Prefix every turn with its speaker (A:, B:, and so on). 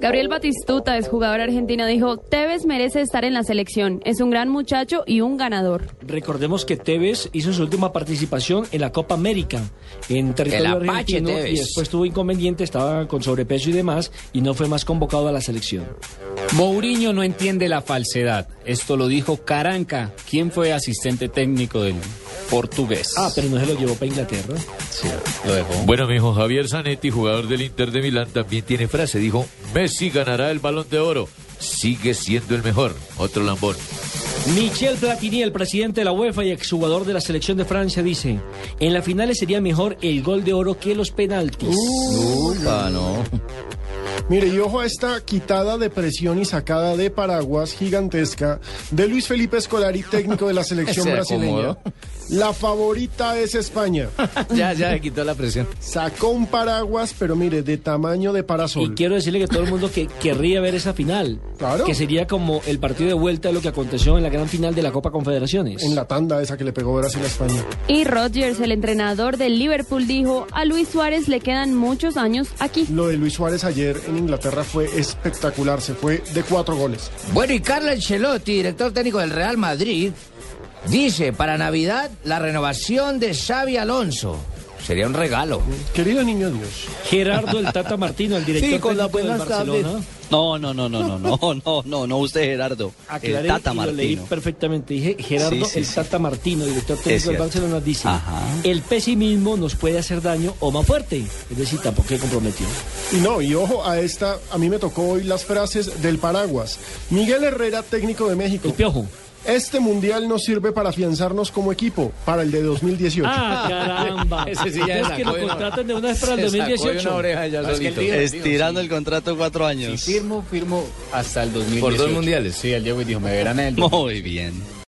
A: Gabriel Batistuta, exjugador argentino, dijo, Tevez merece estar en la selección. Es un gran muchacho y un ganador.
B: Recordemos que Tevez hizo su última participación en la Copa América en territorio
C: El Apache
B: argentino
C: Tevez.
B: y después tuvo inconveniente, estaba con sobrepeso y demás y no fue más convocado a la selección.
D: Mourinho no entiende la falsedad. Esto lo dijo Caranca, quien fue asistente técnico del portugués.
B: Ah, pero no se lo llevó para Inglaterra.
D: lo dejó.
E: Bueno, mi hijo Javier Zanetti, jugador del Inter de Milán, también tiene frase. Dijo, Messi ganará el balón de oro. Sigue siendo el mejor. Otro lambón.
B: Michel Platini, el presidente de la UEFA y exjugador de la selección de Francia, dice, en las finales sería mejor el gol de oro que los penaltis.
C: Upa, no.
F: Mire, y ojo a esta quitada de presión y sacada de paraguas gigantesca de Luis Felipe Escolari, técnico de la selección
C: Se
F: brasileña.
C: acomodó.
F: La favorita es España.
C: Ya, ya, le quitó la presión.
F: Sacó un paraguas, pero mire, de tamaño de
B: Y
F: parasol.
B: quiero decirle que todo el mundo que querría ver esa final.
F: Claro.
B: Que sería como el partido de vuelta de lo que aconteció en la gran final de la Copa Confederaciones.
F: En la tanda esa que le pegó Brasil a España.
A: Y Rodgers, el entrenador del Liverpool, dijo, a Luis Suárez le quedan muchos años aquí.
F: Lo de Luis Suárez ayer en Inglaterra fue espectacular. Se fue de cuatro goles.
C: Bueno, y Carlo Ancelotti, director técnico del Real Madrid, dice para Navidad la renovación de Xavi Alonso. Sería un regalo.
F: Querido niño Dios.
B: Gerardo el Tata Martino, el director
G: Sí, con la
B: técnico del
G: buena
B: Barcelona.
G: tarde. No, no, no, no, no, no, no, no, no usted Gerardo.
B: Aclaré
G: El Tata
B: y lo leí
G: Martino.
B: perfectamente. Dije Gerardo
G: Sí, sí,
B: el
G: sí.
B: Tata Martino, director técnico del
G: cierto.
B: Barcelona, dice:
G: Ajá.
B: El pesimismo nos puede hacer daño o más fuerte. Es decir, tampoco se comprometió.
F: Y no, y ojo a esta, a mí me tocó hoy las frases del paraguas. Miguel Herrera, técnico de México.
B: El piojo.
F: Este mundial nos sirve para afianzarnos como equipo para el de 2018.
B: Ah, caramba.
C: Ese sí ya
B: Entonces
C: sacó
B: que lo
C: de una-
B: contratan de una vez para el
C: Se sacó de
B: 2018.
C: una oreja ya
D: No, es que el
C: solito.
D: tío-
G: Estirando el contrato cuatro años.
D: firmo, firmo hasta el 2018.
C: Por dos mundiales.
D: Sí, el Diego y dijo, me verán en el
G: Muy bien.